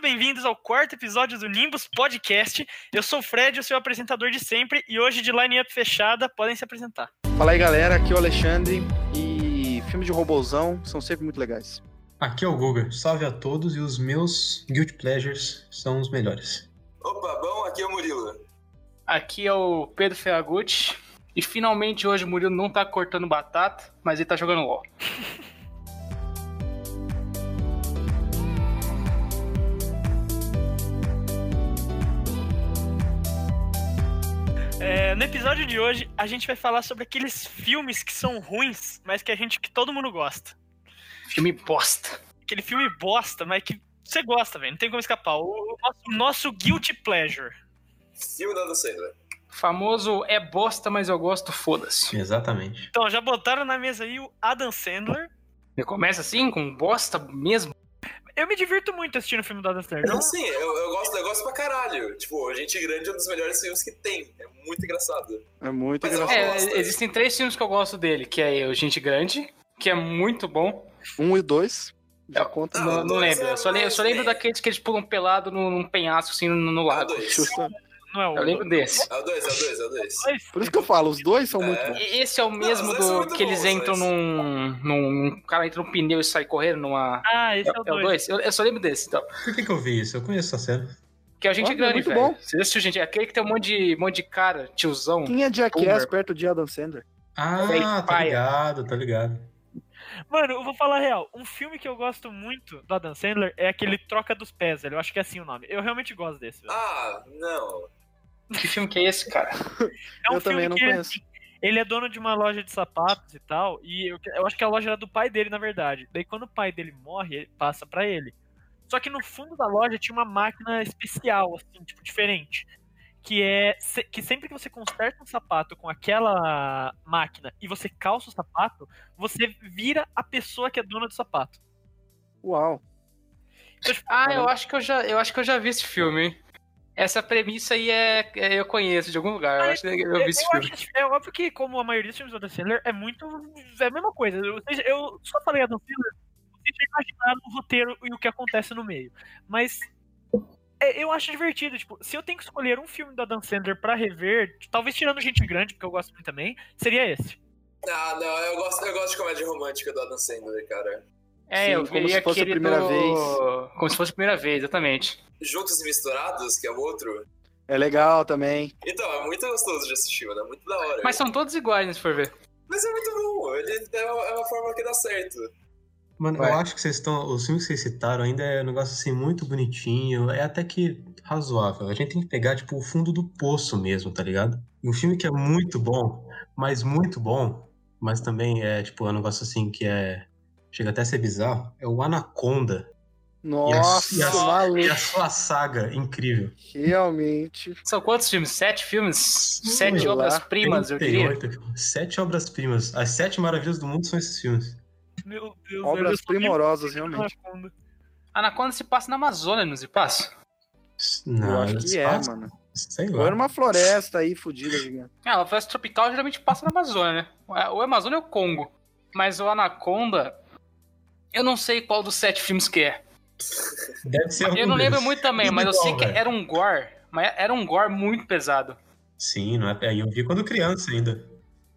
bem-vindos ao quarto episódio do Nimbus Podcast. Eu sou o Fred, o seu apresentador de sempre, e hoje de line-up fechada, podem se apresentar. Fala aí, galera. Aqui é o Alexandre e filmes de robozão são sempre muito legais. Aqui é o Guga. Salve a todos e os meus Guilty Pleasures são os melhores. Opa, bom, aqui é o Murilo. Aqui é o Pedro Ferragutti. E finalmente hoje o Murilo não tá cortando batata, mas ele tá jogando LOL. É, no episódio de hoje, a gente vai falar sobre aqueles filmes que são ruins, mas que a gente que todo mundo gosta. Filme bosta. Aquele filme bosta, mas que você gosta, velho. Não tem como escapar. O nosso, nosso guilty pleasure. Filme da Sandler. Famoso é bosta, mas eu gosto, foda-se. Exatamente. Então, já botaram na mesa aí o Adam Sandler. Ele começa assim, com bosta mesmo. Eu me divirto muito assistindo o filme do Adam Sandler. Não, sim, eu, eu gosto do negócio pra caralho. Tipo, Gente Grande é um dos melhores filmes que tem. É muito engraçado. É muito Mas eu- engraçado. É, Bosta. existem três filmes que eu gosto dele, que é o Gente Grande, que é muito bom. Um e dois já conta. Ah, Não, o não dois lembro, é eu só, le- eu só mais, lembro né? daqueles que eles pulam pelado num, num penhasco, assim, no, no É o lago. 2. Justa. Não é o. Eu lembro desse. É o 2, é o 2, é o 2. Mas, Por isso que eu falo, os dois são É. muito bons. E esse é o mesmo mas esse é do muito que eles bom, entram esse. num, num. Um cara entra num pneu e sai correndo numa. ah, esse é, É, o o 2. dois? Eu, eu só lembro desse, então. Por que, que eu vi isso? Eu conheço essa cena. Que é o Gente Olha, é Grande, muito velho. bom. Você assistiu, gente? É aquele que tem um monte de, monte de cara, tiozão. Quem é Jackass Boomer. perto de Adam Sandler? Véi, Ah, tá paia. ligado, tá ligado. Mano, eu vou falar a real. Um filme que eu gosto muito do Adam Sandler é aquele Troca dos Pés, velho. Eu acho que é assim o nome. Eu realmente gosto desse, velho. Ah, não. Que filme que é esse, cara? É um eu também filme não que ele- conheço. Ele é dono de uma loja de sapatos e tal, e eu, eu acho que é a loja era do pai dele, na verdade. Daí quando o pai dele morre, ele passa pra ele. Só que no fundo da loja tinha uma máquina especial, assim, tipo, diferente. Que é se- que sempre que você conserta um sapato com aquela máquina e você calça o sapato, você vira a pessoa que é dona do sapato. Uau. Ah, eu acho que eu já, eu acho que eu já vi esse filme. hein? Essa premissa aí é, é- eu conheço de algum lugar. Eu acho que eu vi esse Eu filme. acho que- é óbvio que, como a maioria dos filmes do Adam Sandler, é muito. É a mesma coisa. Eu, eu só falei Adam Sandler, você já imaginaram o roteiro e o que acontece no meio. Mas. é, eu acho divertido, tipo, se eu tenho que escolher um filme do Adam Sandler pra rever, talvez tirando Gente Grande, porque eu gosto muito também, seria esse. Ah, não, eu gosto, eu gosto de comédia romântica do Adam Sandler, cara. É, Sim, eu como vi se fosse a aquele primeira do- vez. Como se fosse a primeira vez, exatamente. Juntos e Misturados, que é o outro. É legal também. Então, é muito gostoso de assistir, mano. É muito da hora. Mas são todos iguais, né, se for ver. Mas é muito bom. Ele é uma, é uma forma que dá certo. Mano, Vai. eu acho que vocês estão. Os filmes que vocês citaram ainda é um negócio assim muito bonitinho. É até que razoável. A gente tem que pegar, tipo, o fundo do poço mesmo, tá ligado? E um filme que é muito bom, mas muito bom, mas também é, tipo, é um negócio assim que é. Chega até a ser bizarro. É o Anaconda. Nossa, E a- E a maluco. sua saga incrível. Realmente. São quantos filmes? Sete filmes? Sete lá, obras-primas, eu diria. 38. Sete obras-primas. As sete maravilhas do mundo são esses filmes. Meu Deus, Obras primorosas, primorosas, realmente. Anaconda se passa na Amazônia, não se passa? Eu Não, acho eles que é, fazem- mano. Sei Ou lá. era uma floresta aí fodida, gigante. Ah, a floresta tropical geralmente passa na Amazônia, né? Ou a Amazônia ou o Congo. Mas o Anaconda, eu não sei qual dos sete filmes que é. Deve ser Eu algum não lembro É um deles. muito também, Tudo mas eu igual, sei que velho. era um gore. Mas era um gore muito pesado. Sim, não é? Aí eu vi quando criança ainda.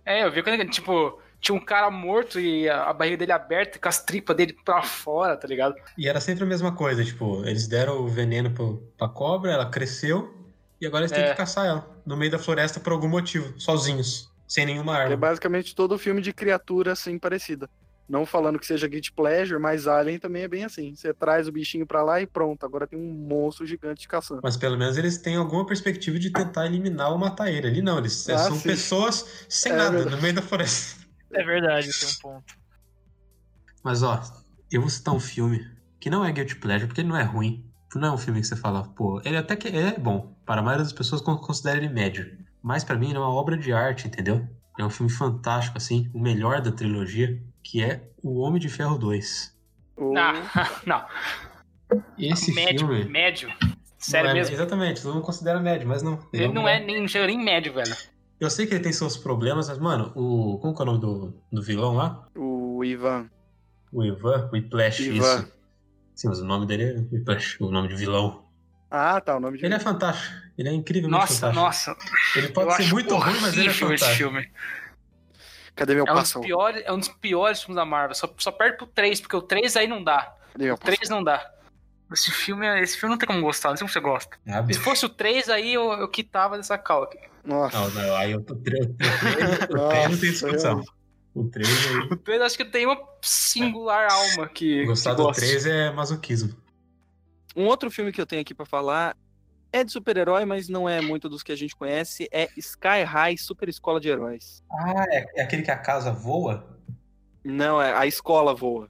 É, eu vi quando, ele- tipo, tinha um cara morto e a, a barriga dele aberta, com as tripas dele pra fora, tá ligado? E era sempre a mesma coisa, tipo, eles deram o veneno pro, pra cobra, ela cresceu, e agora eles têm É. que caçar ela no meio da floresta por algum motivo, sozinhos, sem nenhuma É arma. basicamente todo filme de criatura assim parecida. Não falando que seja Git Pleasure, mas Alien também é bem assim. Você traz o bichinho pra lá e pronto. Agora tem um monstro gigante te caçando. Mas pelo menos eles têm alguma perspectiva de tentar eliminar ou matar ele. Ali não, eles Ah, são sim. pessoas sem É nada verdade. no meio da floresta. É verdade, tem um ponto. Mas ó, eu vou citar um filme que não é Guilty Pleasure, porque ele não é ruim. Não é um filme que você fala, pô, ele até que é bom. Para a maioria das pessoas con- considera ele médio. Mas pra mim ele é uma obra de arte, entendeu? É um filme fantástico, assim, o melhor da trilogia, que é O Homem de Ferro 2. Ou- Não, não. Esse médio, filme. é médio. não Sério é- mesmo. Exatamente, todo mundo considera médio, mas não. Ele não é bom. nem, não chega nem médio, velho. Eu sei que ele tem seus problemas, mas, mano, o. Como que é o nome do, do vilão lá? O Ivan. O Ivan, o Whiplash, Ivan. isso. Sim, mas o nome dele é Whiplash, o nome de vilão. Ah, tá, o nome de. Ele é fantástico. Ele é incrivelmente Nossa, fantástico. nossa. Ele pode eu ser acho muito ruim, mas ele é horrível esse fantástico. filme. Cadê meu É um, dos passão? piores, é um dos piores filmes da Marvel. Só, só perde pro 3, porque o 3 aí não dá. Cadê meu O 3 não dá. Esse filme, é- esse filme não tem como gostar, não sei como você gosta. Ah, Se beleza. fosse o 3, aí eu, eu quitava dessa calca. Nossa. Não, não, aí eu tô três. O três não tem discussão. O é 3 O 3 acho que tem uma singular alma que. Gostar que do gosta. 3 é masoquismo. Um outro filme que eu tenho aqui pra falar é de super-herói, mas não é muito dos que a gente conhece, é Sky High Super Escola de Heróis. Ah, é, é aquele que a casa voa? Não, é a escola voa.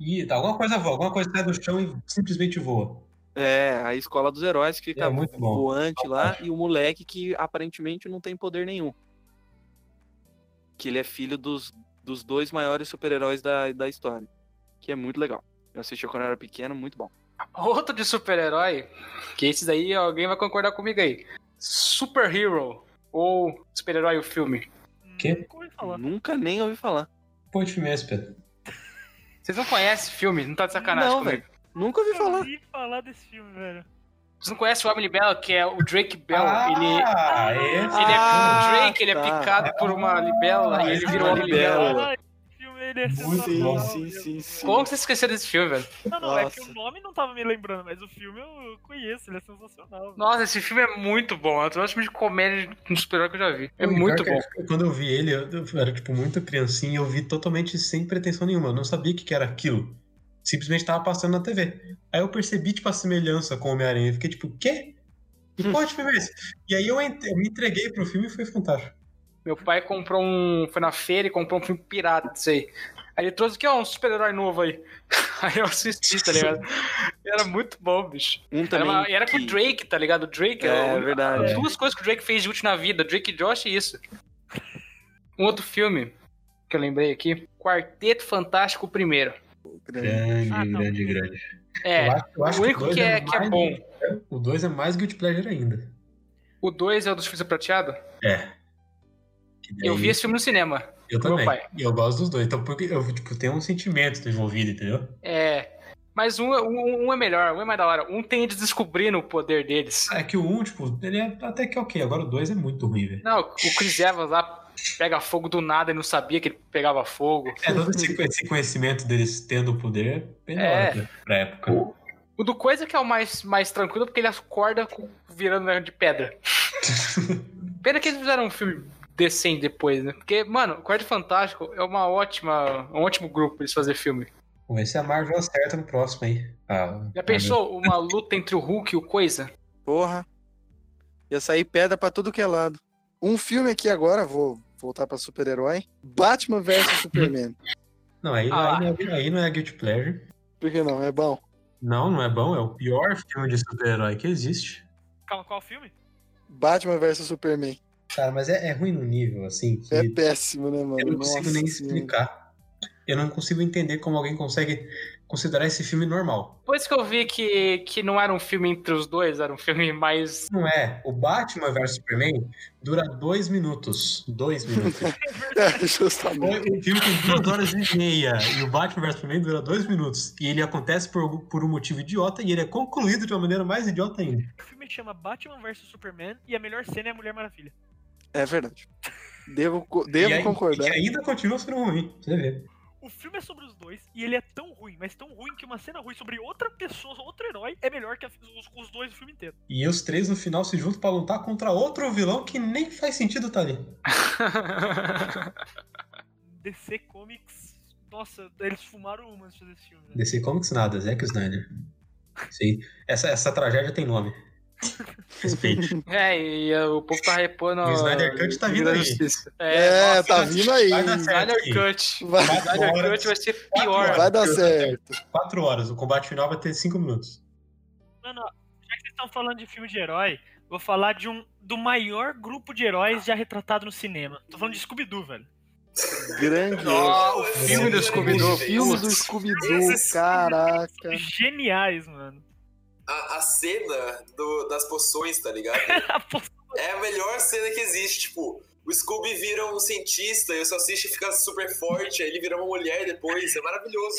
Ih, tá, alguma coisa voa, alguma coisa sai do chão e simplesmente voa. É, a escola dos heróis que fica É muito bom. voante lá e o moleque que aparentemente não tem poder nenhum. Que ele é filho dos, dos dois maiores super-heróis da, da história. Que é muito legal. Eu assisti quando eu era pequeno, muito bom. Outro de super-herói, que esse daí alguém vai concordar comigo aí. Super Hero, ou Super-Herói o filme. Quê? Nunca ouvi falar. Nunca nem ouvi falar. Pô, de filme é esse, Pedro? Vocês não conhecem esse filme? Não tá de sacanagem Não, comigo. Nunca ouvi Nunca falar. ouvi falar desse filme, velho. Vocês não conhecem o Abney Bell, que é o Drake Bell. ele, ele Ah, esse é Ah, o Drake, ele é tá. picado por uma libela Ah, e ele Ah, virou uma uma libela. libela. Ah, esse filme, ele é Muito sensacional, bom. meu sim. Como que vocês esqueceram desse filme, velho? Não, não, é que Nossa. o nome não tava me lembrando, mas o filme eu conheço, ele é sensacional. Nossa, esse filme é muito bom. É o melhor filme de comédia de um super-herói que eu já vi. É O muito pior bom. que eu- Quando eu vi ele, eu, eu era tipo muito criancinha, e eu vi totalmente sem pretensão nenhuma. Eu não sabia o que, que era aquilo. Simplesmente tava passando na TV. Aí eu percebi, tipo, a semelhança com o Homem-Aranha. Eu Fiquei tipo, quê? Que Hum. porra de filme é esse? E aí eu, ent- eu me entreguei pro filme e foi fantástico. Meu pai comprou um. Foi na feira e comprou um filme pirata, não sei. Aí ele trouxe o que é um super-herói novo aí. Aí eu assisti, tá ligado? E era muito bom, bicho. Um Era também. uma- E era com o que- Drake, tá ligado? O Drake É, é, o- verdade. as duas coisas que o Drake fez de útil na vida, Drake e Josh e isso. Um outro filme que eu lembrei aqui, Quarteto Fantástico primeiro. Grande, Ah, não. grande, grande. É, eu o único dois que é, que é mais- bom. O 2 é mais Guilty Pleasure ainda. O dois é o dos Filhos Prateado? É. Que daí- Eu vi esse filme no cinema. eu com meu também. pai. E eu gosto dos dois. Então, porque eu tipo, tenho um sentimento envolvido, entendeu? É. Mas um, um, um é melhor, um é mais da hora. Um tem eles descobrindo o poder deles. É que o 1, um, tipo, ele é até que ok. Agora o 2 é muito ruim, velho. Não, o Chris Evans lá pega fogo do nada e não sabia que ele pegava fogo. É, todo esse, esse conhecimento deles tendo o poder é bem da É. hora pra, pra época. O do Coisa que é o mais, mais tranquilo, porque ele acorda com- virando de pedra. Pena que eles fizeram um filme decente depois, né? Porque, mano, o Quarto Fantástico é uma ótima, um ótimo grupo pra eles fazer filme. Vamos ver se é a Marvel acerta no próximo aí. Ah, Já pensou uma luta entre o Hulk e o Coisa? Porra. Ia sair pedra pra tudo que é lado. Um filme aqui agora, vou voltar pra super-herói. Batman vs Superman. Não, aí, Ah. aí, não é, aí não é Guilty Pleasure. Por que não? É bom. Não, não é bom. É o pior filme de super-herói que existe. Calma, qual filme? Batman vs Superman. Cara, mas é, é ruim no nível, assim, que É péssimo, né, mano? eu não consigo Nossa nem Senhora. explicar. Eu não consigo entender como alguém consegue considerar esse filme normal. Depois que eu vi que, que não era um filme entre os dois, era um filme mais. Não é. O Batman vs Superman dura dois minutos. Dois minutos. É, justamente. Foi um filme com duas horas e meia. E o Batman vs Superman dura dois minutos. E ele acontece por, por um motivo idiota e ele é concluído de uma maneira mais idiota ainda. O filme chama Batman vs Superman e a melhor cena é a Mulher Maravilha. É verdade. Devo, co- devo e aí- concordar. E ainda continua sendo ruim. Você vê. O filme é sobre os dois e ele é tão ruim, mas tão ruim que uma cena ruim sobre outra pessoa, outro herói, é melhor que a- os, os dois do filme inteiro. E os três no final se juntam pra lutar contra outro vilão que nem faz sentido tá ali. DC Comics, nossa, eles fumaram uma antes de fazer esse filme. né? velho. DC Comics nada, Zack Snyder. Isso aí. Essa, essa tragédia tem nome. Respeite. é, e uh, o povo tá repondo. O Snyder Cut tá vindo aí. É, nossa, tá vindo aí. Vai dar certo. Snyder aqui. Cut. Vai, Snyder Agora- Cut vai ser pior. vai dar certo. Quatro horas. O combate final vai ter cinco minutos. Mano, ó, já que vocês estão falando de filme de herói, vou falar de um do maior grupo de heróis já retratado no cinema. Tô falando de Scooby-Doo, velho. Grande. Ó, o Esse filme filme do Scooby-Doo. O filme do Scooby-Doo, Esse- caraca. Geniais, mano. A, a cena do- das poções, tá ligado? A porra É a melhor cena que existe, tipo, o Scooby vira um cientista e o Salsicha fica super forte, aí ele vira uma mulher depois, é maravilhoso.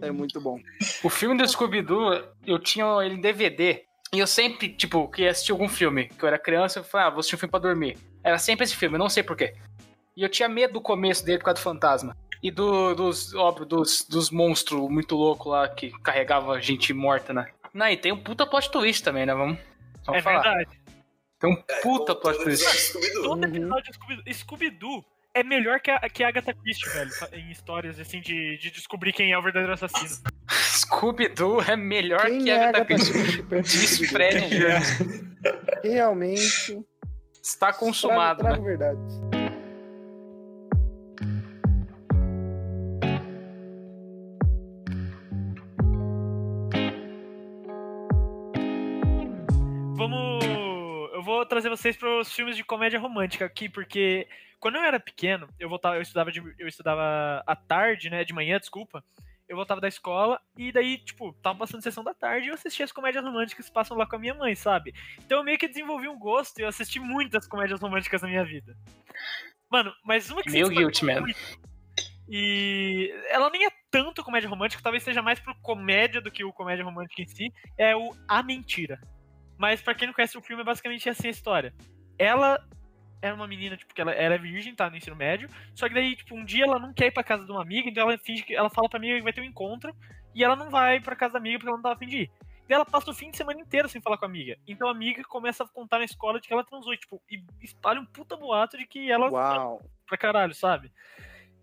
É muito bom. O filme do Scooby-Doo, eu tinha ele em DVD. E eu sempre, tipo, que ia assistir algum filme, que eu era criança, eu falava, ah, vou assistir um filme pra dormir. Era sempre esse filme, eu não sei porquê. E eu tinha medo do começo dele por causa do fantasma. E do, dos, óbvio, dos, dos monstros muito loucos lá que carregava gente morta, né? Não, e tem um puta plot twist também, né? Vamos, vamos é falar. verdade. Tem um É, puta Como plot todo twist. episódio de Scooby-Doo. Todo episódio de Scooby-Doo. Scooby-Doo é melhor que a, que a Agatha Christie, velho, em histórias, assim, de, de descobrir quem é o verdadeiro assassino. Scooby-Doo é melhor Quem que é a Agatha Agatha Christie. Christie? Diz Fred Jones. Realmente. Está consumado, trago, né? trago verdades. Vamos. Eu vou trazer vocês pros filmes de comédia romântica aqui, porque quando eu era pequeno, eu voltava, eu estudava, de, eu estudava à tarde, né? De manhã, desculpa. Eu voltava da escola e daí, tipo, tava passando sessão da tarde e eu assistia as comédias românticas que passam lá com a minha mãe, sabe? Então eu meio que desenvolvi um gosto e eu assisti muitas comédias românticas na minha vida. Mano, mas uma que se Meu destacou guilty, man. muito, E ela nem é tanto comédia romântica, talvez seja mais pro comédia do que o comédia romântica em si, é o A Mentira. Mas pra quem não conhece o filme, é basicamente assim a história. Ela era uma menina, tipo, que ela era virgem, tá no ensino médio. Só que daí, tipo, um dia ela não quer ir pra casa de uma amiga, então ela finge que ela fala pra amiga que vai ter um encontro, e ela não vai pra casa da amiga porque ela não tava afim de ir. Daí ela passa o fim de semana inteiro sem falar com a amiga. Então a amiga começa a contar na escola de que ela transou, e, tipo, e espalha um puta boato de que ela Uau. pra caralho, sabe?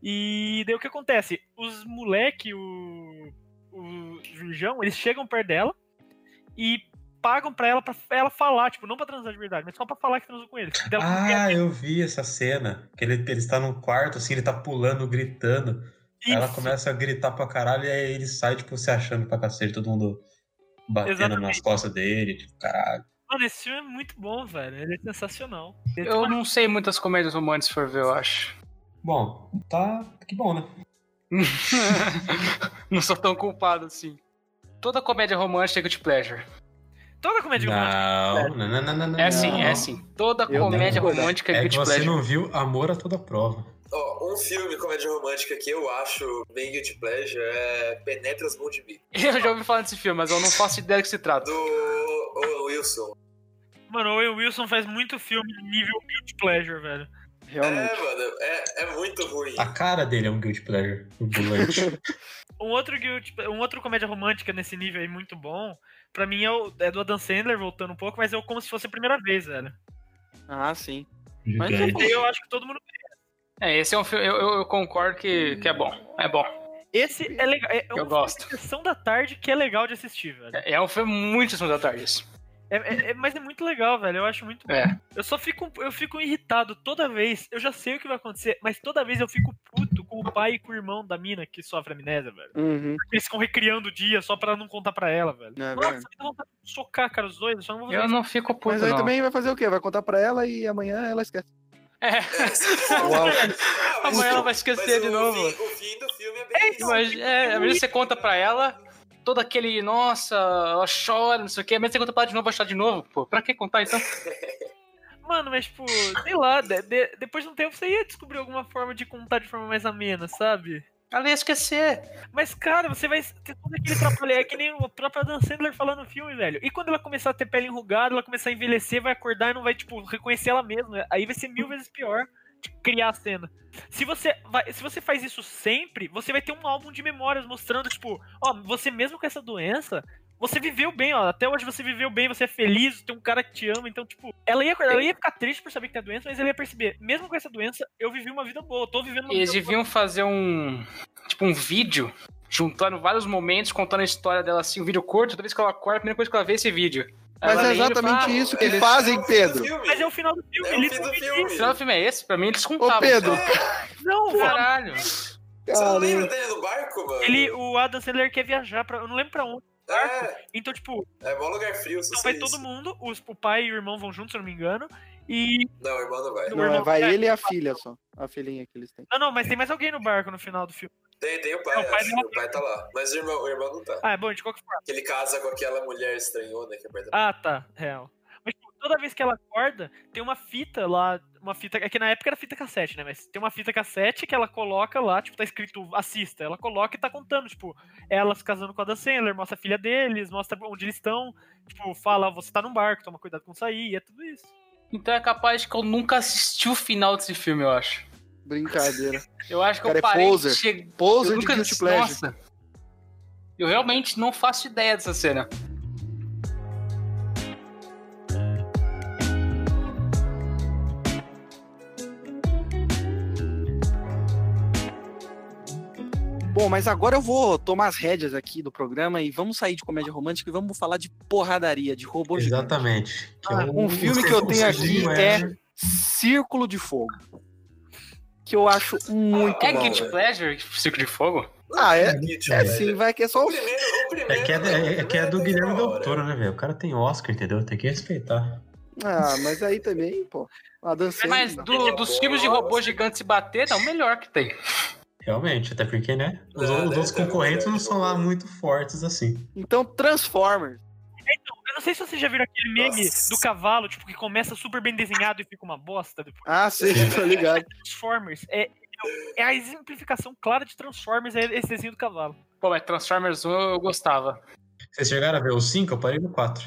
E daí o que acontece? Os moleque, o, o Virgão, eles chegam perto dela e pagam pra ela, pra ela falar, tipo, não pra transar de verdade, mas só pra falar que transou com eles. Daí ela fica Ah, eu vi essa cena. Que ele, ele está num quarto, assim, ele tá pulando, gritando. Aí Ela isso. começa a gritar pra caralho e aí ele sai, tipo, se achando pra cacete, todo mundo batendo nas Exatamente. costas dele, tipo, caralho. Mano, esse filme é muito bom, velho. Ele é sensacional. Ele é Eu não sei muitas comédias românticas por ver, eu acho. Bom, tá. Que bom, né? não sou tão culpado assim. Toda comédia romântica é good pleasure. tipo- Toda comédia Ah. romântica. Não, não, não, não, não, não. É sim, é sim. Toda Eu comédia tenho- romântica é É que good você pleasure. não viu Amor a toda prova. Ó, um filme comédia romântica que eu acho bem guilty pleasure é Penetras Mão de Mim, Eu já ouvi falar desse filme, mas eu não faço ideia do que se trata. do Owen Wilson. Mano, o Owen Wilson faz muito filme de nível guilty pleasure, velho. Realmente. É, mano, é, é muito ruim. A cara dele é um guilty pleasure. um bullet. Um outro, guilty- um outro comédia romântica nesse nível aí muito bom, pra mim é, o, é do Adam Sandler, voltando um pouco, mas é como se fosse a primeira vez, velho. Ah, sim. Mas um Gigante. E eu acho que todo mundo É, esse é um filme. Eu, eu- eu concordo que, que é bom. É bom. Esse é legal. É uma gosto. sessão da tarde que é legal de assistir, velho. É, é um filme muito Sessão da Tarde. esse. É, é- é- mas é muito legal, velho. Eu acho muito. bom. É. Eu só fico, eu fico irritado toda vez. Eu já sei o que vai acontecer, mas toda vez eu fico puto com o pai e com o irmão da mina que sofre amnésia, velho. Uhum. Porque eles ficam recriando o dia só pra não contar pra ela, velho. Não é Nossa, verdade? me dá vontade de socar, cara, os dois. Eu só não vou fazer Eu isso. não fico puto, Mas aí não. também vai fazer o quê? Vai contar pra ela e amanhã ela esquece. É, Uau. assim, Ah, mas amanhã o- ela vai mas esquecer o de novo. Fim, o fim do filme é bem isso. Mas, é, às vezes você conta pra ela, todo aquele, nossa, ela chora, não sei o quê, mas você conta pra ela de novo, vai chorar de novo, pô. Pra que contar então? Mano, mas tipo, sei lá, de- de- depois de um tempo você ia descobrir alguma forma de contar de forma mais amena, sabe? Ela ia esquecer. Mas, cara, você vai ter todo aquele trapalhão. É que nem o próprio Adam Sandler falando no filme, velho. E quando ela começar a ter pele enrugada, ela começar a envelhecer, vai acordar e não vai, tipo, reconhecer ela mesma. Aí vai ser mil vezes pior de criar a cena. Se você, vai- se você faz isso sempre, você vai ter um álbum de memórias mostrando, tipo, ó, você mesmo com essa doença. Você viveu bem, ó. Até hoje você viveu bem, você é feliz, tem um cara que te ama. Então, tipo, ela ia, acordar, ela ia ficar triste por saber que tem a doença, mas ela ia perceber, mesmo com essa doença, eu vivi uma vida boa, eu tô vivendo uma Eles vida boa. deviam fazer um, tipo, um vídeo, juntando vários momentos, contando a história dela assim, um vídeo curto, toda vez que ela acorda, a primeira coisa que ela vê é esse vídeo. Aí Mas ela é lembra e fala, exatamente "Ah, isso que Ele- fazem, Pedro. Mas é o final do filme, É o eles fim do não me O filme. final do filme é esse? Pra mim eles contavam. Ô, Pedro. Não, cara. Caralho. Você É, não Cara, lembra dele no barco, mano? Ele, o Adam Sandler quer viajar pra. Eu não lembro pra onde. É, Então, tipo, é mó lugar frio, se não você vai todo mundo. Os, o pai e o irmão vão juntos, se eu não me engano. E. Não, irmão, não vai. Não. Não, é, vai ele e a filha só. A filhinha que eles têm. Não, não, mas tem mais alguém no barco no final do filme. Tem, tem o pai, Não, o pai acho. não. O pai tá lá. Mas o irmão, o irmão não tá. Ah, é bom, de qualquer forma. Que ele casa com aquela mulher estranhona que é perto da- Ah, tá. Real. Mas, tipo, toda toda vez que ela acorda, tem uma fita lá, uma fita, é que na época era fita cassete, né, mas tem uma fita cassete que ela coloca lá, tipo, tá escrito assista, ela coloca e tá contando, tipo, ela se casando com a Dan Sandler, mostra a filha deles, mostra onde eles estão, tipo, fala, você tá num barco, toma cuidado com sair, e é tudo isso. Então é capaz que eu nunca assisti o final desse filme, eu acho. Brincadeira. Eu acho que Cara, eu é parei de poser. che- Poser eu de nunca Guilty Pleasure. Nossa. Eu realmente não faço ideia dessa cena. Bom, mas agora eu vou tomar as rédeas aqui do programa e vamos sair de comédia romântica e vamos falar de porradaria, de robô gigante. Exatamente. Que é Ah, um filme que eu tenho aqui é- Círculo de Fogo. Que eu acho muito é bom. Guilty velho. Pleasure, Circo de Fogo? Ah, é, Guilty, é velho. sim, vai que é só o O primeiro, o É primeiro. que é, da- é, é que é do o primeiro Guilherme da hora. Del Toro, né, velho? O cara tem Oscar, entendeu? Tem que respeitar. Ah, mas aí também, pô. Tá A dança. Mas do- dos filmes de robô gigante se bater, é o melhor que tem. Realmente, até porque, né? É, Os, os deve outros ter concorrentes um não são lá lugar. muito fortes assim. Então, Transformers. Eu não sei se vocês já viram aquele meme Nossa. do cavalo, tipo, que começa super bem desenhado e fica uma bosta depois. Ah, sim, tô ligado. Transformers é, é a exemplificação clara de Transformers, é esse desenho do cavalo. Pô, mas Transformers 1 eu gostava. Vocês chegaram a ver o 5? Eu parei no 4.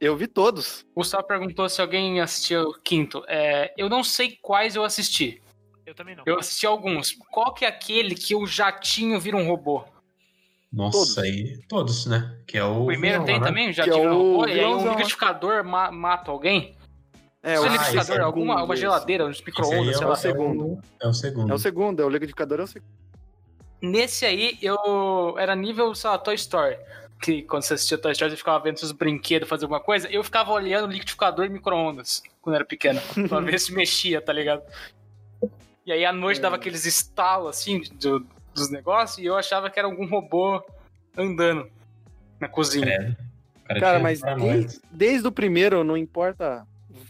Eu vi todos. O Sal perguntou se alguém assistiu o quinto. É, eu não sei quais eu assisti. Eu também não. Eu assisti alguns. Qual que é aquele que o jatinho vira um robô? Nossa, Todos. aí. Todos, né? Que é o. O primeiro vilão, tem né? também, o Que jatinho é vira um o robô, e aí um vilãozão, né? liquidificador ma- mata alguém? É, o É, Ah, um esse liquidificador, é alguma, segundo, uma esse. geladeira, um Esse aí micro-ondas, sei é, lá. o sei lá. segundo. É o segundo. É o segundo, é o liquidificador, é o segundo. Nesse aí, eu era nível, sei lá, Toy Story. Que quando você assistia Toy Story, você ficava vendo seus brinquedos fazer alguma coisa. Eu ficava olhando o liquidificador e micro-ondas quando era pequeno. pra ver se mexia, tá ligado? E aí à noite É. dava aqueles estalos assim do- dos negócios e eu achava que era algum robô andando na É. cozinha. Cara, tinha mas paranoia. desde, desde o primeiro, não importa.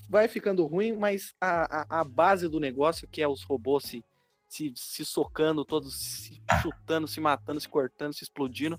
Vai ficando ruim, mas a, a, a base do negócio, que é os robôs se, se, se socando, todos se chutando, se matando, se cortando, se explodindo,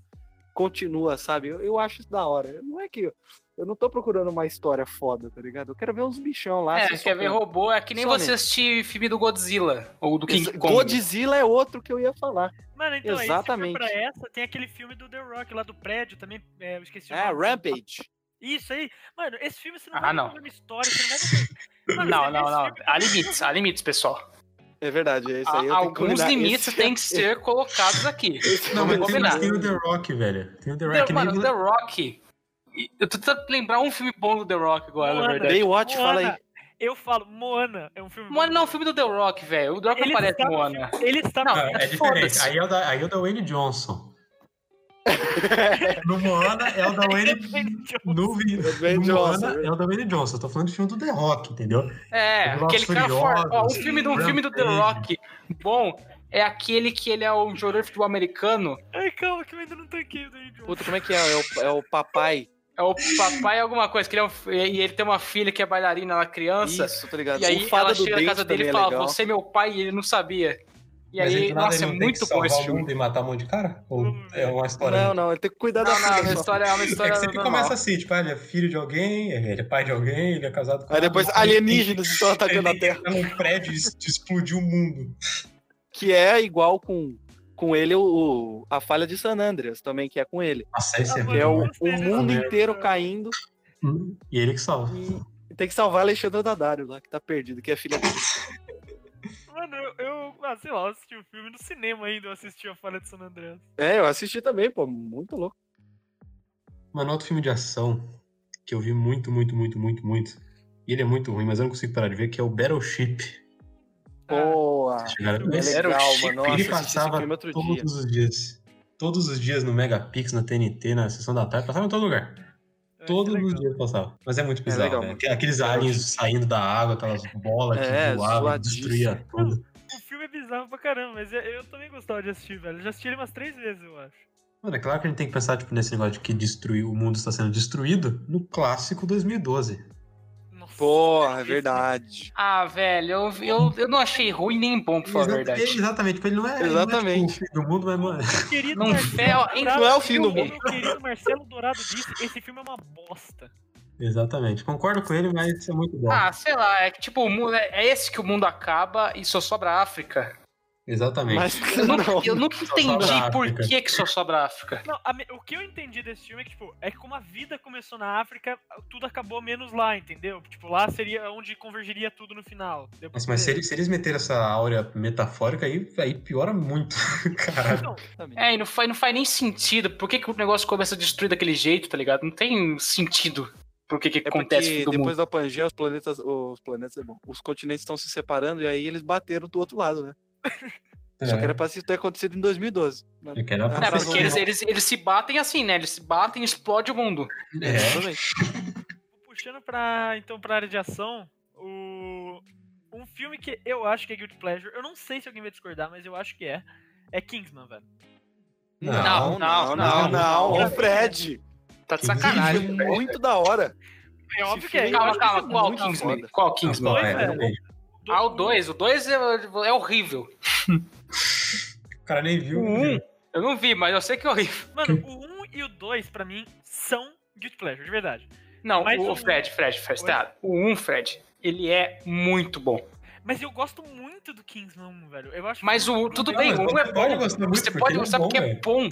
continua, sabe? Eu, eu acho isso da hora. Não é que. Eu, eu não tô procurando uma história foda, tá ligado? Eu quero ver uns bichão lá. É, se quer ver socando. robô? É que nem Some. você assistir filme do Godzilla ou do King Exa- Kong. Godzilla é outro que eu ia falar. Mano, então, aí, se for Exatamente. pra essa, tem aquele filme do The Rock lá do prédio também. É, eu esqueci o É, nome. Rampage. Isso aí. Mano, esse filme você não Ah, vai não. ver uma história, você não vai ver. Não, não, Ah, não. Há limites, há limites, pessoal. É verdade, é isso aí. eu tenho que Alguns combinar. limites Esse- é têm que ser colocados aqui. Não, Vamos mas tem, combinar. tem o The Rock, velho. Tem o The É The, Rock. mano, nem- The Rock. Eu tô tentando lembrar um filme bom do The Rock agora, na Moana. verdade. Baywatch, fala aí. Moana. Eu falo, Moana é um filme. Moana não é um filme do The Rock, velho. O The Rock Ele não parece está no Moana. Ele está Não, no Ah, é diferente. foda-se. Aí é, o da, aí é o da Wayne Johnson. no Moana é o da Wayne. No, vi- É o Dwayne no Johnson, Moana é é o da Wayne Johnson. Eu tô falando de filme do The Rock, entendeu? É, Velozes aquele cara Furiosos, forte. Ó, um filme, do- um filme do The Rampage. Rock bom é aquele que ele é um jogador de futebol americano. Ai, calma, que eu ainda não tanquei o Dwayne Johnson. Puta, como é que é? É o, é o papai. É o papai alguma coisa. Que ele é um- e ele tem uma filha que é bailarina, ela é criança. Isso, tá ligado? E aí o fada ela do chega na dente casa dele e também fala, é legal. você é meu pai, e ele não sabia. E Mas aí, aí, do nada, nossa, é ele não tem que muito bom salvar esse o filme. mundo E matar um monte de cara? Ou é uma história? Não, não, ele tem que cuidar da Não, não, é uma filha. só. história, é uma É história que sempre normal. começa assim, tipo, ah, ele é filho de alguém, ele é pai de alguém, ele é casado com Aí depois alienígenas estão atacando a Ele Terra. entra num prédio de explodir o mundo. Que é igual com, com ele o, o- a falha de San Andreas também, que é com ele. Nossa, esse é, Ah, Que é muito o, mano. o mundo inteiro caindo é. bom. E ele que salva. e tem que salvar Alexandre Dadário lá, que tá perdido, que é filha dele. Mano, eu, eu- ah, sei lá, eu assisti o filme no cinema ainda, eu assisti a Falha de San Andreas. É, eu assisti também, pô, muito louco. Mano, outro filme de ação que eu vi muito, muito, muito, muito, muito. E ele é muito ruim, mas eu não consigo parar de ver, que é o Battleship. Ah. Boa. Chegaram a É ver? legal, mano. Nossa, ele assisti esse passava filme é outro todos dia. os dias. Todos os dias no Megapix, na TNT, na sessão da tarde, passava em todo lugar. É, Todos que legal. os dias passava. Mas é muito bizarro, legal, velho. mano. Aqu- Aqueles aliens saindo da água, aquelas bolas que É, voavam, zoadíssimo. destruía tudo. O filme é bizarro pra caramba, mas eu, eu também gostava de assistir, velho. Eu já assisti ele umas três vezes, eu acho. Mano, é claro que a gente tem que pensar tipo, nesse negócio de que destruir, o mundo está sendo destruído no clássico 2012. Nossa, Porra, é esse- verdade. Ah, velho, eu, eu, eu não achei ruim nem bom, pra falar a Exata- verdade. Exatamente, tipo, ele não é, ele não é, tipo, Exatamente. o fim do mundo, mas mano, Meu querido Não Marcelo é- Dourado não é o fim do disse- mundo. Meu querido Marcelo Dourado disse: esse filme é uma bosta. Exatamente. Concordo com ele, mas é muito bom. Ah, sei lá, é que tipo, o mundo, é esse que o mundo acaba e só sobra a África. Exatamente. Mas Eu nunca, eu nunca sobra a entendi por África. que, que só sobra a África. Não, a me- o que eu entendi desse filme é que, tipo, é que como a vida começou na África, tudo acabou menos lá, entendeu? Tipo, lá seria onde convergiria tudo no final. Deu pra Nossa, mas se entender? eles, se eles meterem essa áurea metafórica aí, aí piora muito. Caralho. Não, É, e não faz, não faz nem sentido. Por que, que o negócio começa a destruir daquele jeito, tá ligado? Não tem sentido por que, que É acontece porque com todo depois mundo. da Pangeia, os planetas, os planetas é bom. Os continentes estão se separando e aí eles bateram do outro lado, né? Só que É. era pra isso ter acontecido em 2012. Mas- É que era pra É, ser porque eles, eles, eles se batem assim, né? Eles se batem e explode o mundo. É. Exatamente. puxando pra, então, pra área de ação, o... um filme que eu acho que é Guilty Pleasure, eu não sei se alguém vai discordar, mas eu acho que é, é Kingsman, velho. Não, não, não, não. não. não. Ô, Fred, Tá de Que sacanagem. filme muito da hora. É óbvio que é. filme eu Calma, acho que calma. esse Qual muito Kingsman? foda. Qual Não, Kingsman? pô, dois, é, velho. peraí. dois- Ah, o 2. O 2 é, é horrível. O cara nem viu. O 1, eu não vi, mas eu sei que é horrível. Mano, o 1 e o 2, pra mim, são Guilty Pleasure, de verdade. Não, Mas o, o- Fred, Fred, Fred, tá errado. O 1, Fred, ele é muito bom. Mas eu gosto muito do Kingsman 1, velho. Eu acho Mas o tudo Não, bem, mas o 1 você é pode bom. gostar muito, Você porque pode ele é gostar bom, porque é velho. bom.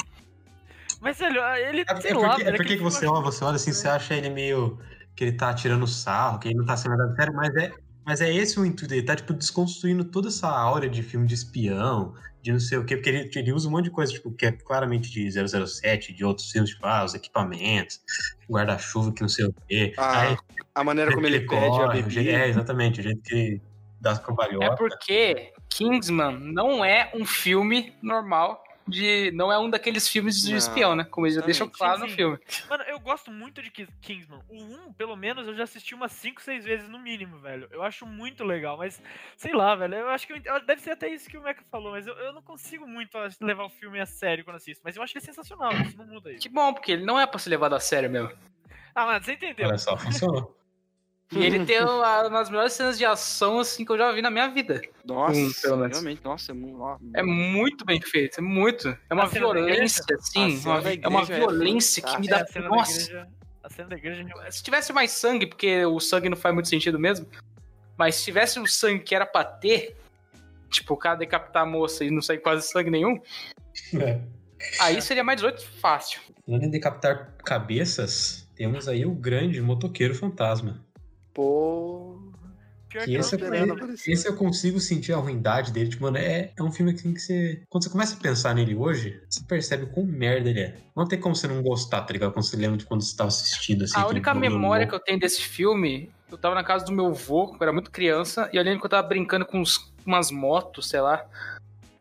Mas, velho, ele. É, sei é lá, porque, é velho, porque aquele que você filme olha, você olha assim, você acha ele meio que ele tá tirando sarro, que ele não tá sendo nada sério, mas é, mas é esse o intuito dele, tá tipo desconstruindo toda essa aura de filme de espião, de não sei o quê, porque ele, ele usa um monte de coisa, tipo, que é claramente de 007, de outros filmes, tipo, ah, os equipamentos, guarda-chuva, que não sei o quê. A, Aí, a maneira o Ah, como jeito ele que pede a corre, o jeito- bebida. É, exatamente, o jeito que ele dá as É cambalhotas. porque Kingsman não é um filme normal de. Não é um daqueles filmes de Não, espião, né? Como eles já deixam exatamente. claro Sim, no sim. filme. Mano, eu gosto muito de Kings- Kingsman. O 1, pelo menos, eu já assisti umas 5, 6 vezes no mínimo, velho. Eu acho muito legal, mas sei lá, velho. Eu acho que. eu ent- eu- deve ser até isso que o Mecha falou, mas eu, eu não consigo muito ah, levar o filme a sério quando assisto. Mas eu acho ele sensacional, isso não muda isso. Que bom, porque ele não é pra ser levado a sério mesmo. Ah, mano, você entendeu? Olha só, funcionou. E ele tem uma uma das melhores cenas de ação assim que eu já vi na minha vida. Nossa, Hum, pelo menos. realmente, nossa, é mu- ó, É muito bem feito, é muito. É uma A cena da violência, A assim. cena uma- da é uma igreja é violência que me É, dá. a cena da Nossa, igreja. A cena da igreja é realmente. se tivesse mais sangue, porque o sangue não faz muito sentido mesmo. Mas se tivesse o sangue que era pra ter, tipo, o cara decapitar a moça e não sair quase sangue nenhum, É. aí seria mais 18 fácil. Falando em decapitar cabeças, temos aí o grande motoqueiro fantasma. Pô, Pior Que eu esse, não eu- sei. Esperando aparecer. esse eu consigo sentir a ruindade dele. Tipo, mano, é, é um filme que tem que ser. Quando você começa a pensar nele hoje, você percebe quão merda ele é. Não tem como você não gostar, tá ligado? Quando você lembra de quando você tava assistindo assim. A única memória que eu tenho desse filme, eu tava na casa do meu avô, quando eu era muito criança, e eu lembro que eu tava brincando com uns- umas motos, sei lá.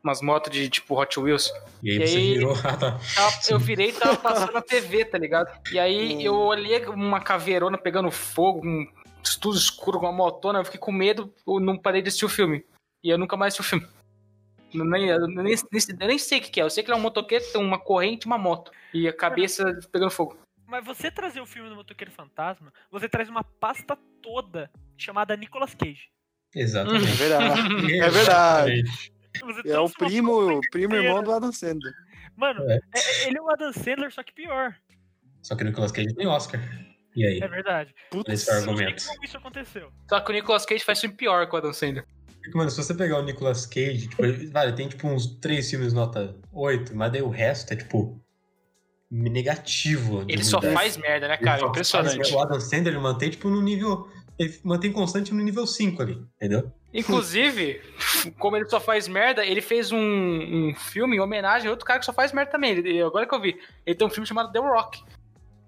Umas motos de tipo Hot Wheels. E aí e você aí- virou. Ah, tá. Tava- Eu virei e tava passando na TV, tá ligado? E aí eu olhei uma caveirona pegando fogo, um estudo escuro com uma motona, eu fiquei com medo, eu não parei de assistir o filme. E eu nunca mais assisti o filme. Eu Nem, eu nem, nem- nem sei o que, que é. Eu sei que ele é um motoqueiro, tem uma corrente e uma moto. E a cabeça pegando fogo. Mas você trazer o filme do Motoqueiro Fantasma, você traz uma pasta toda chamada Nicolas Cage. Exatamente. né? é verdade. Uhum. É verdade. Você É o trouxe uma primo, primo irmão do Adam Sandler. Mano, É. é- é- ele é o Adam Sandler, só que pior. Só que o Nicolas Cage tem Oscar. E aí? É verdade. Putz, Esse Não sei argumento. como isso aconteceu. Só que o Nicolas Cage faz filme pior que o Adam Sandler. Porque, Mano, se você pegar o Nicolas Cage, tipo, ele- vale, tem tipo uns três filmes nota 8, mas daí o resto é tipo negativo. de Ele só ruindade. faz merda, né, Ele cara? só faz merda. Impressionante. O Adam Sandler ele mantém tipo no nível, ele mantém constante no nível 5 ali, entendeu? Inclusive, como ele só faz merda, ele fez um, um filme em homenagem a outro cara que só faz merda também. Ele- agora que eu vi, ele tem um filme chamado The Rock.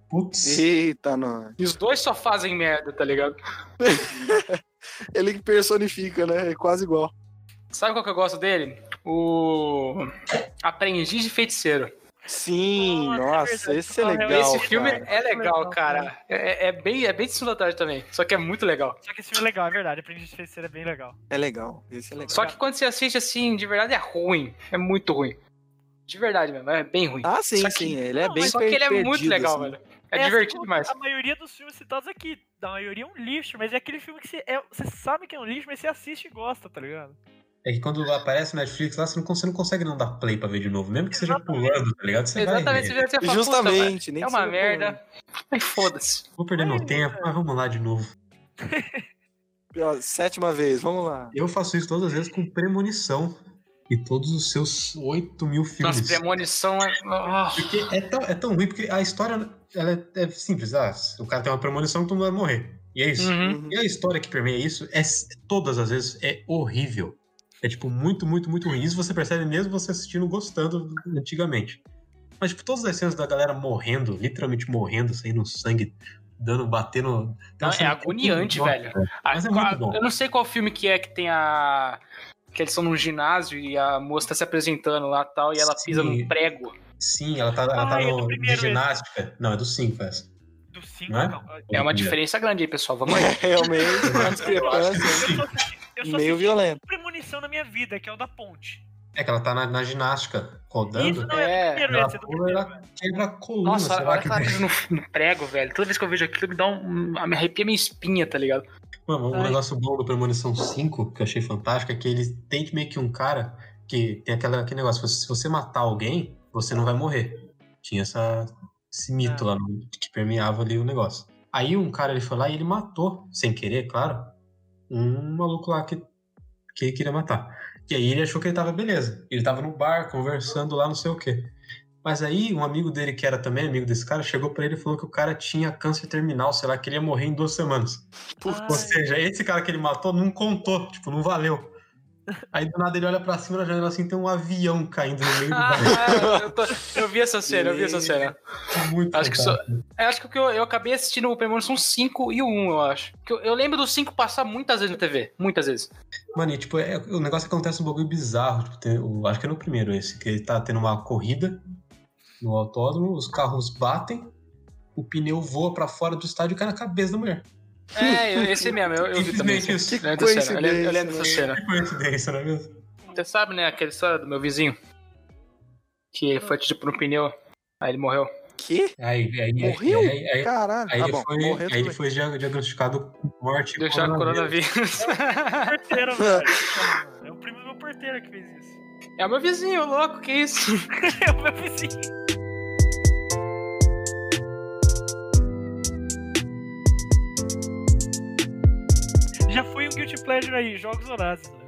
Putz. Eita, não. E os dois só fazem merda, tá ligado? Ele que personifica, né? É quase igual. Sabe qual que eu gosto dele? O Aprendiz de Feiticeiro. Sim, Nossa, é nossa, verdade. esse é Porra, legal. Esse cara. filme é legal, Legal, cara. É, é bem, é bem de segunda tarde também. Só que é muito legal. Só que esse filme é legal, é verdade. Aprendiz de Feiticeiro é bem legal. É legal. Esse é legal. Só que quando você assiste assim, de verdade é ruim. É muito ruim. De verdade mesmo, é bem ruim. Ah, sim, Só que- sim. Ele é Não, bem Só que ele é perdido, muito legal, assim. velho. É, assim divertido como demais. A maioria dos filmes citados aqui, da maioria é um lixo, mas é aquele filme que você, é- você sabe que é um lixo, mas você assiste e gosta, tá ligado? É que quando aparece no Netflix lá, você não, você não consegue não dar play pra ver de novo. Mesmo que seja pulando, tá ligado? Você vai Exatamente, ver. você já tinha falado, puta, mano, Justamente, nem É que né? uma seja merda. Ai, foda-se. Vou perder meu tempo, mas vamos lá de novo. por- ó, Sétima vez, vamos lá. Eu faço isso todas as vezes com premonição. E todos os seus 8 mil Nossa, filmes. premonição é. ah, Porque é tão, é tão ruim, porque a história ela é, é simples. Ah, o cara tem uma premonição, todo mundo vai morrer. E é isso. uhum. Uhum. E a história que permeia isso, é, todas as vezes, é horrível. É, tipo, muito, muito, muito ruim. Isso você percebe mesmo você assistindo gostando antigamente. Mas, tipo, todas as cenas da galera morrendo, literalmente morrendo, saindo sangue, dando, batendo... Não, tem uma é cena- agoniante, Nossa, velho. Ah, Mas é qual- muito bom. Eu não sei qual filme que é que tem a. Que eles são num ginásio e a moça tá se apresentando lá e tal, e ela pisa Sim. num prego. Sim, ela tá, ela Ah, tá é do no, de primeiro, ginástica. Não, é do 5 essa. Do 5, Não é? É uma Do primeiro. diferença grande aí, pessoal. Vamos aí. Realmente, uma Eu discrepância só assisti, eu só é assim. meio assisti violenta. premonição na minha vida, que é o da ponte. É que ela tá na, na ginástica, Isso rodando. não é, do É, primeiro, ela esse é do pula, primeiro. ela- velho. Quebra a coluna, Nossa, a sei lá hora que... que ela pisa no, no prego, velho. Toda vez que eu vejo aquilo, me dá um. um- Me arrepia minha espinha, tá ligado? Mano, um Ai. negócio bom do Premonição 5, que eu achei fantástico, é que ele tem meio que um cara que tem aquela, aquele negócio, se você matar alguém, você não vai morrer. Tinha essa, esse mito lá no- que permeava ali o negócio. Aí um cara ele foi lá e ele matou, sem querer, claro, um maluco lá que, que ele queria matar. E aí ele achou que ele tava beleza. Ele tava no bar, conversando lá, não sei o quê. Mas aí um amigo dele, que era também amigo desse cara, chegou pra ele e falou que o cara tinha câncer terminal, sei lá, que ele ia morrer em duas semanas. Ah. Ou seja, esse cara que ele matou não contou, tipo, não valeu. Aí do nada ele olha pra cima da janela assim, tem um avião caindo no meio do Ah, barco. eu, tô- eu vi essa cena, eu vi essa cena. Muito Acho que só- fantástico. Eu acho que eu, eu acabei assistindo o Premonição 5 e o 1, eu acho. Que eu, eu lembro do 5 passar muitas vezes na TV. Muitas vezes. Mano, e tipo, é- o negócio acontece um bagulho bizarro. Tipo, tem- o- acho que é no primeiro esse, que ele tá tendo uma corrida no autódromo, os carros batem, o pneu voa pra fora do estádio e cai na cabeça da mulher. É, eu- esse mesmo, eu, eu vi também. Simplesmente isso. Eu lembro dessa cena, eu lembro- eu lembro dessa cena. Que coincidência, não é mesmo? Você sabe, né, aquela história do meu vizinho? Que ele foi atingido por um pneu, aí ele morreu. Que? Aí, aí, aí- Morreu? Aí, aí- Caralho, aí tá ele bom. foi, morreu aí ele também. foi dia- diagnosticado com morte. Deixar o coronavírus. Porteiro, velho. É o primo do meu porteiro que fez isso. é o meu vizinho, louco, que isso? É o meu vizinho. Já foi um Guilty Pleasure aí, Jogos Horazes, né?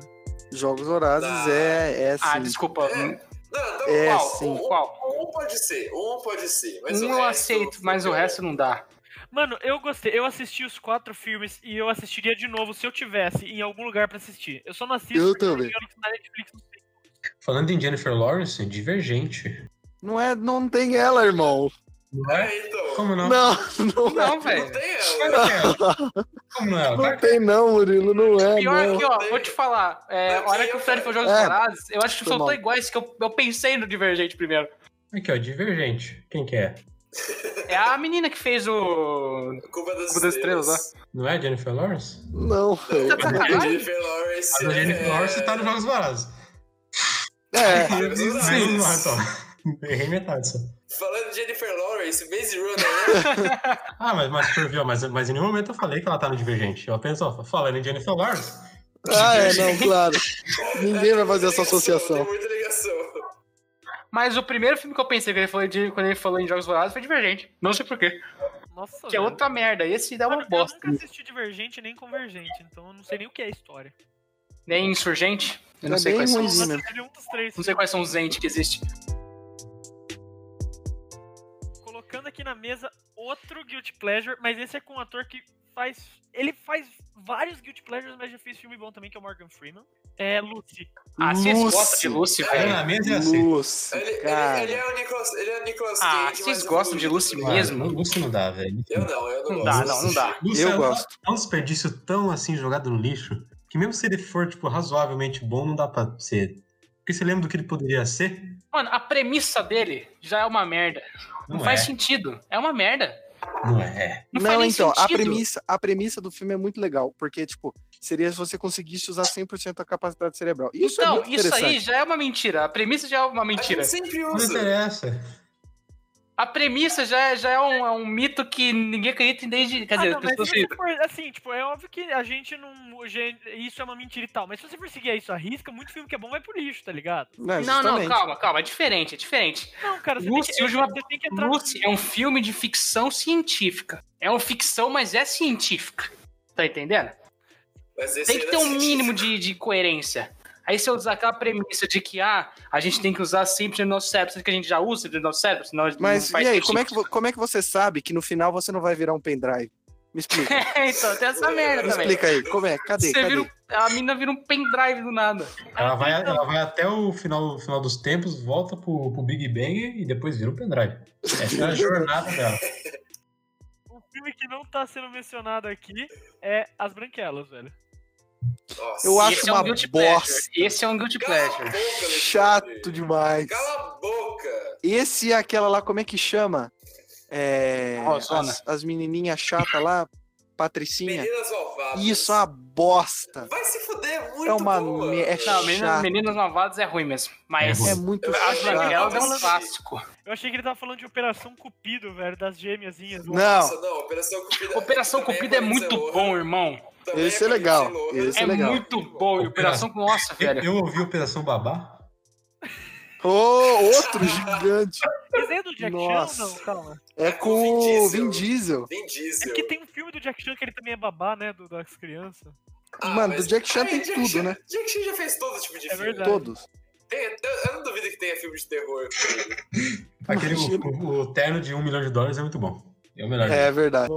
Jogos Horazes é, é assim. Ah, desculpa. É, Não, então, É, qual? sim. é, Um, Qual? um pode ser, um pode ser. Mas Um o eu resto, aceito, mas o resto não dá. Mano, eu gostei. Eu assisti os quatro filmes e eu assistiria de novo se eu tivesse em algum lugar pra assistir. Eu só não assisto Eu porque também. engano que tá na Netflix não tem. Falando em Jennifer Lawrence, divergente. Não é, não tem ela, irmão. Não É, então. Como não? Não, não, é. Não, Não velho. tem Como ela. não é ela? Como não é ela? Não tem não, Murilo, não é, Pior não. que, ó, vou te falar. É, a hora que o Fred foi Jogos É. Horazes, eu acho que Foi são tão mal. iguais que eu, eu pensei no Divergente primeiro. é Aqui, ó, divergente. Quem que é? É a menina que fez o. Culpa das, Culpa das Estrelas, Não é Jennifer Lawrence? Não, Tá velho. A Jennifer Lawrence. Mas a Jennifer é- Lawrence tá nos Jogos Varados. É, Sim, não é só. Errei metade só. Falando de Jennifer Lawrence, Maze Runner, né? Ah, mas, mas por viu, mas, mas em nenhum momento eu falei que ela tá no Divergente. Eu apenas ó, falando em Jennifer Lawrence. ah, é, não, claro. Ninguém vai fazer essa Tem ligação, Tem associação. muita ligação. Mas o primeiro filme que eu pensei que ele falou de, quando ele falou em Jogos Vorazes foi Divergente. Não sei porquê. Nossa, Que é velho. Uhum. outra merda. Esse dá uma é Mano, eu bosta. nunca assisti Divergente nem Convergente, então eu não sei nem o que é a história. Nem Insurgente. Eu não Tá sei bem quais são. ruimzinho. os- Nossa, mesmo. teve um dos três. Não sei quais são os entes que existe. Colocando aqui na mesa outro Guilty Pleasure, mas esse é com um ator que faz. Ele faz vários Guilty Pleasures, mas já fez filme bom também, que é o Morgan Freeman. É Lucy. Ah, vocês Lucy. gostam de Lucy, Aí velho? na mesa é assim. Luz, Ele, ele- cara. ele é o Nicolas, ele é o Nicolas Ah, Cage. vocês mas gostam de bonito. Lucy Cara, mesmo? não- Lúcio não dá, velho. Eu não, eu não, Não gosto. dá, não, não dá. Lúcio Eu é um- gosto. É um desperdício tão assim jogado no lixo que mesmo se ele for, tipo, razoavelmente bom, não dá pra ser. Porque você lembra do que ele poderia ser? Mano, a premissa dele já é uma merda. Não, faz é. sentido. É uma merda. Não é. Não, faz Não, nem então, a sentido. premissa, a premissa do filme é muito legal, porque, tipo, seria se você conseguisse usar 100% a capacidade cerebral. Isso é Então, muito isso interessante. aí já é uma mentira. A premissa já é uma A mentira. gente sempre Não usa. interessa. A premissa já é, já é, um, é um mito que ninguém acredita em desde. Quer Ah, dizer, não, as mas pessoas se assim, você for, assim, tipo, é óbvio que a gente não. o gê- Isso é uma mentira e tal. Mas se você for seguir isso à risca, muito filme que é bom vai pro lixo, tá ligado? É, né, Não, não, calma, calma. É diferente, é diferente. Não, cara, você, Lucy, tem, que, hoje uma- você tem que entrar. Lucy é um filme de ficção científica. É uma ficção, mas é científica. Tá entendendo? Mas esse Tem que era ter um cientista. mínimo de, de coerência. Aí se eu usar aquela premissa de que, ah, a gente tem que usar sempre o nosso cérebro, sendo que a gente já usa o nosso cérebro, senão a gente Mas não faz e aí, sentido. como é, que, vo- como é que você sabe que no final você não vai virar um pendrive? Me explica. É, então, tem essa merda me também. explica aí. Como é? Cadê? Você cadê? vira um- a mina vira um pendrive do nada. Ela vai, então. ela vai até o final, final dos tempos, volta pro, pro Big Bang e depois vira o pendrive. Essa é a jornada dela. Um filme que não tá sendo mencionado aqui é As Branquelas, velho. Nossa. Eu acho Esse é uma um guilty bosta. pleasure. Esse é um guilty Cala a pleasure. boca, Alexandre. Chato demais. Cala a boca. Esse e aquela lá, como é que chama? É, Rosana. as, as menininhas chatas lá, Patricinha. Meninas malvadas. Isso é uma bosta. Vai se fuder, é muito É uma boa. me- é Não, Menino- chata. Meninas Malvadas é ruim mesmo. Mas É É ruim. muito Eu acho As chato. legal. Branquelas é um Nossa. clássico. Eu achei que ele tava falando de Operação Cupido, velho, das gêmeazinhas. lá. Não, Nossa, não, Operação Cupida. Operação também Cupido é Lindsay muito Lohan, bom, irmão. também Esse é com legal, Lindsay Lohan. esse É muito bom. E Operação Nossa, Eu, velho. eu ouvi Operação Babá. Ô, outro gigante. Esse é do Jack Nossa. Chan ou não? Calma. É É com com Vin o Vin Diesel. Diesel. Vin É Diesel. porque tem um filme do Jack Chan que ele também é babá, né? do- das crianças. Ah, Mano, mas- do Jack Chan Ai, tem Jack tudo, Chan- né? Jack Chan já fez todo tipo de É filme. verdade. Todos. Tem- eu- eu não duvido que tenha filme de terror. Aquele, Imagina. o, o terno de um milhão de dólares é muito bom. É o melhor. É verdade.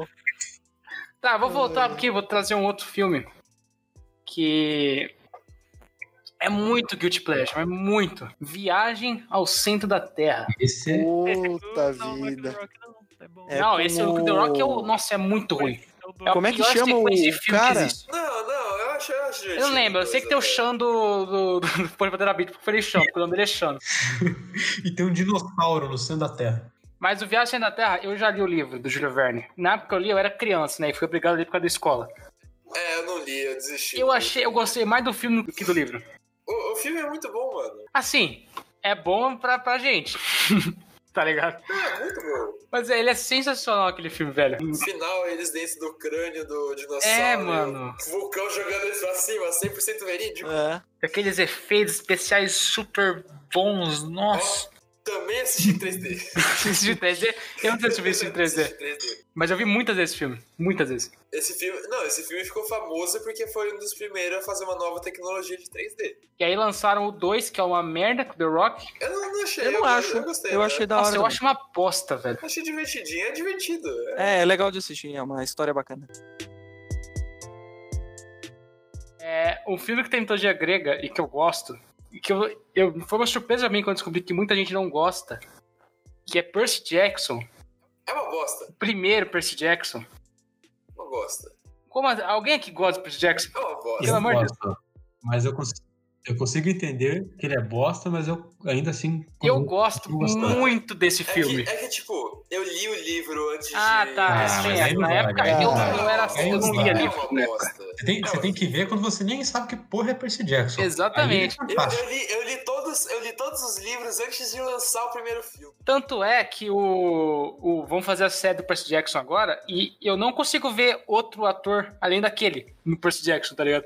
Tá, vou voltar aqui, vou trazer um outro filme. Que. É muito Guilty Pleasure, é muito. Viagem ao centro da Terra. Esse é... Puta Esse não, Michael vida. Rock não, é bom. É não, esse é o como- The Rock é o. Nossa, é muito ruim. um- Esse é o do- a Como é que pior chama o sequência de filme que cara? existe. Não, não, eu acho, eu acho Eu não lembro, eu sei que tem o Xan do. do, do, do Porpoterabito, porque eu falei Xan, porque o nome dele é Xan. E tem um dinossauro no centro da Terra. Mas o Viagem da Terra, eu já li o livro do Júlio Verne. Na época que eu li, eu era criança, né? E fui obrigado a ler por causa da escola. É, eu não li, eu desisti. Eu achei, eu gostei mais do filme do que do livro. O, o filme é muito bom, mano. Assim, é bom pra, pra gente. tá ligado? É muito bom. Mas é, ele é sensacional aquele filme, velho. No final, eles dentro do crânio do dinossauro. É, mano. Vulcão jogando eles pra cima, 100% verídico. É. Aqueles efeitos especiais super bons. Nossa. Também assisti em 3D. Esse de 3D. Eu não sei se eu vi isso em 3D. Mas eu vi muitas vezes esse filme. Muitas vezes. Esse filme, não, esse filme ficou famoso porque foi um dos primeiros a fazer uma nova tecnologia de 3D. E aí lançaram o 2, que é uma merda, com o The Rock. Eu não, não achei, Eu não acho. Eu gostei. Eu né? achei da hora. Nossa, eu também. acho uma aposta, velho. Achei divertidinho, é divertido. É, é legal de assistir, é uma história bacana. É, um filme que tem mitologia grega e que eu gosto, e que eu, eu- foi uma surpresa pra mim quando descobri que muita gente não gosta, que é Percy Jackson. É uma bosta, O primeiro Percy Jackson. uma bosta. Como a- alguém aqui gosta de Percy Jackson? É uma bosta. Pelo Eu amor de gosto. Mas eu consigo, eu consigo entender que ele é bosta, mas eu ainda assim. Eu gosto eu gosto. muito desse É filme. Que, é que, tipo, eu li o livro antes Ah, de... tá. Ah, sim, mas é. aí não na vai, época aí eu não não vai. era Aí assim, eu não não lia vai. É livro. uma bosta. Você tem, você tem que ver quando você nem sabe que porra é Percy Jackson. Exatamente. Aí é Eu, fácil. eu li, eu, li todos, eu li todos os livros antes de lançar o primeiro filme. Tanto é que o, o. Vão fazer a série do Percy Jackson agora e eu não consigo ver outro ator além daquele no Percy Jackson, tá ligado?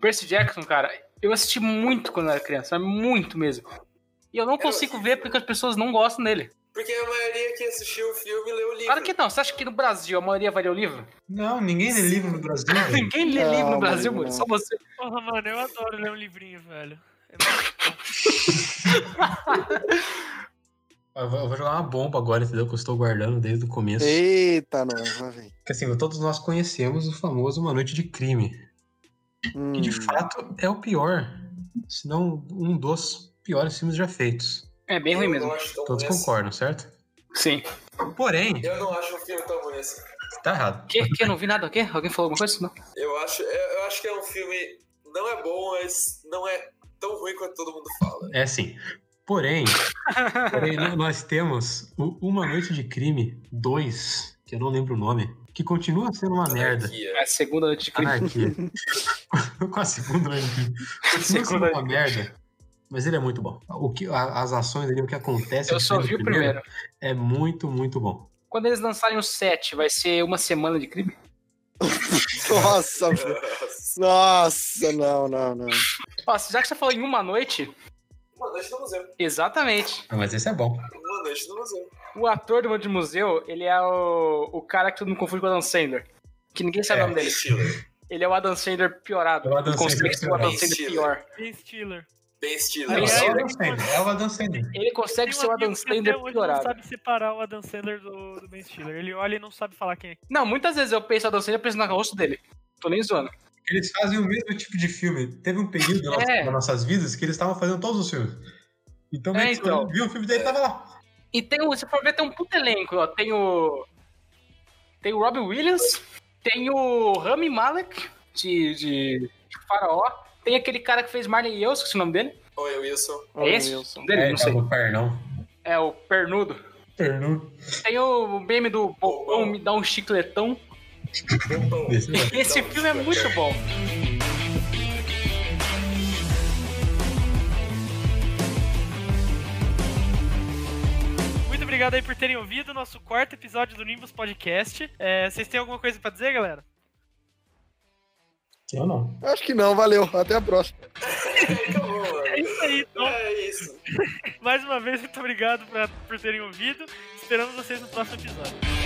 Percy Jackson, cara, eu assisti muito quando eu era criança, mas muito mesmo. E eu não consigo ver porque as pessoas não gostam dele. Porque a maioria que assistiu o filme leu o livro. Claro que é não, você acha que no Brasil a maioria vai ler o livro? Não, ninguém lê livro no Brasil. velho. Ninguém lê Não, livro no Brasil, mano, mano, só você. Porra, mano, eu adoro ler um livrinho, velho. Eu vou, eu vou jogar uma bomba agora, entendeu? Que eu estou guardando desde o começo. Eita, nós, lá vem. Porque assim, todos nós conhecemos o famoso Uma Noite de Crime. Hum, Que de fato é o pior. Se não um dos piores filmes já feitos. É bem ruim Eu mesmo. não acho tão Todos ruim assim. concordam, certo? Sim. Porém, Eu não acho um filme tão ruim assim. tá errado. Que? Que? Eu não vi nada? O quê? Alguém falou alguma coisa? Não. Eu acho, eu, eu acho que é um filme. Não é bom, mas não é tão ruim quanto todo mundo fala. É assim. Porém, porém, no- nós temos o Uma Noite de Crime 2, que eu não lembro o nome, que continua sendo uma merda. É a segunda Ah, noite de crime. Anarquia. Com a segunda noite de crime. Continua sendo Segunda uma merda. Mas ele é muito bom. O que, a- as ações dele, o que acontece. Eu só no vi o primeiro. É muito, muito bom. Quando eles lançarem o 7, vai ser uma semana de crime? Nossa, nossa, não, não, não. Ó, já que você falou em uma noite, Uma noite no museu. exatamente. Ah, Mas esse é bom. Uma noite no museu. O ator do Mundo de Museu, ele é o, o cara que todo mundo confunde com o Adam Sandler. Que ninguém sabe É. o nome dele. Stiller. Ele é o Adam Sandler piorado. É o Adam Ele consegue Sandler ser o Adam piorado. Sandler pior. Ben Stiller. Ben É Stiller. Não, o Aliás, Adam Sandler. É o Adam Sandler. Ele consegue Tem ser o um Adam amigo que até Sandler hoje não piorado. sabe separar o Adam Sandler do, do Ben Stiller. Ele olha e não sabe falar quem é. Não, muitas vezes eu penso Adam Sandler pensando no rosto dele. Tô nem zoando. Eles fazem o mesmo tipo de filme. Teve um período da nossa- É. das nossas vidas que eles estavam fazendo todos os filmes. Então, É, meio que então. quando viu o filme dele, tava lá. E tem o, se for ver, tem um puto elenco, ó. Tem o. Tem o Robbie Williams, tem o Rami Malek, de, de, de Faraó. Tem aquele cara que fez Marley e eu, esqueci o nome dele. Oi, Wilson. É esse? O nome dele? é, não tá sei. o Pernão. É o Pernudo. Pernão. Tem o meme do Bobão me dá um chicletão. Esse é. Esse filme é muito bom. Muito obrigado aí por terem ouvido o nosso quarto episódio do Nimbus Podcast. É, vocês têm alguma coisa pra dizer, galera? Eu não. Acho que não, valeu. Até a próxima. Acabou, mano. É isso aí, então. É isso. Mais uma vez, muito obrigado pra- por terem ouvido. Esperamos vocês no próximo episódio.